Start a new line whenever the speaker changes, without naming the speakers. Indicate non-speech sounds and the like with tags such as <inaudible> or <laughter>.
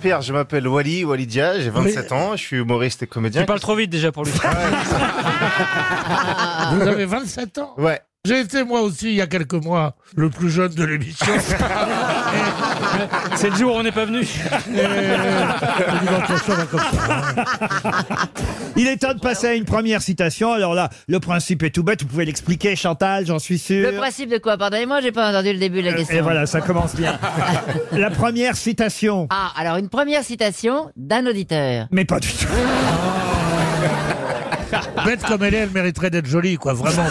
Pierre, je m'appelle Wally, Wally Dia, j'ai 27 ans, je suis humoriste et comédien.
Tu parles trop vite déjà pour lui.
Vous avez 27 ans
Ouais.
J'ai été moi aussi, il y a quelques mois, le plus jeune de l'émission.
C'est le jour où on n'est pas venu.
Il est temps de passer à une première citation. Alors là, le principe est tout bête. Vous pouvez l'expliquer, Chantal, j'en suis sûr.
Le principe de quoi Pardonnez-moi, j'ai pas entendu le début de la question.
euh, Et voilà, ça commence
<laughs>
bien. La première citation.
Ah, alors une première citation d'un auditeur.
Mais pas du tout.
Bête comme elle est, elle mériterait d'être jolie, quoi, vraiment.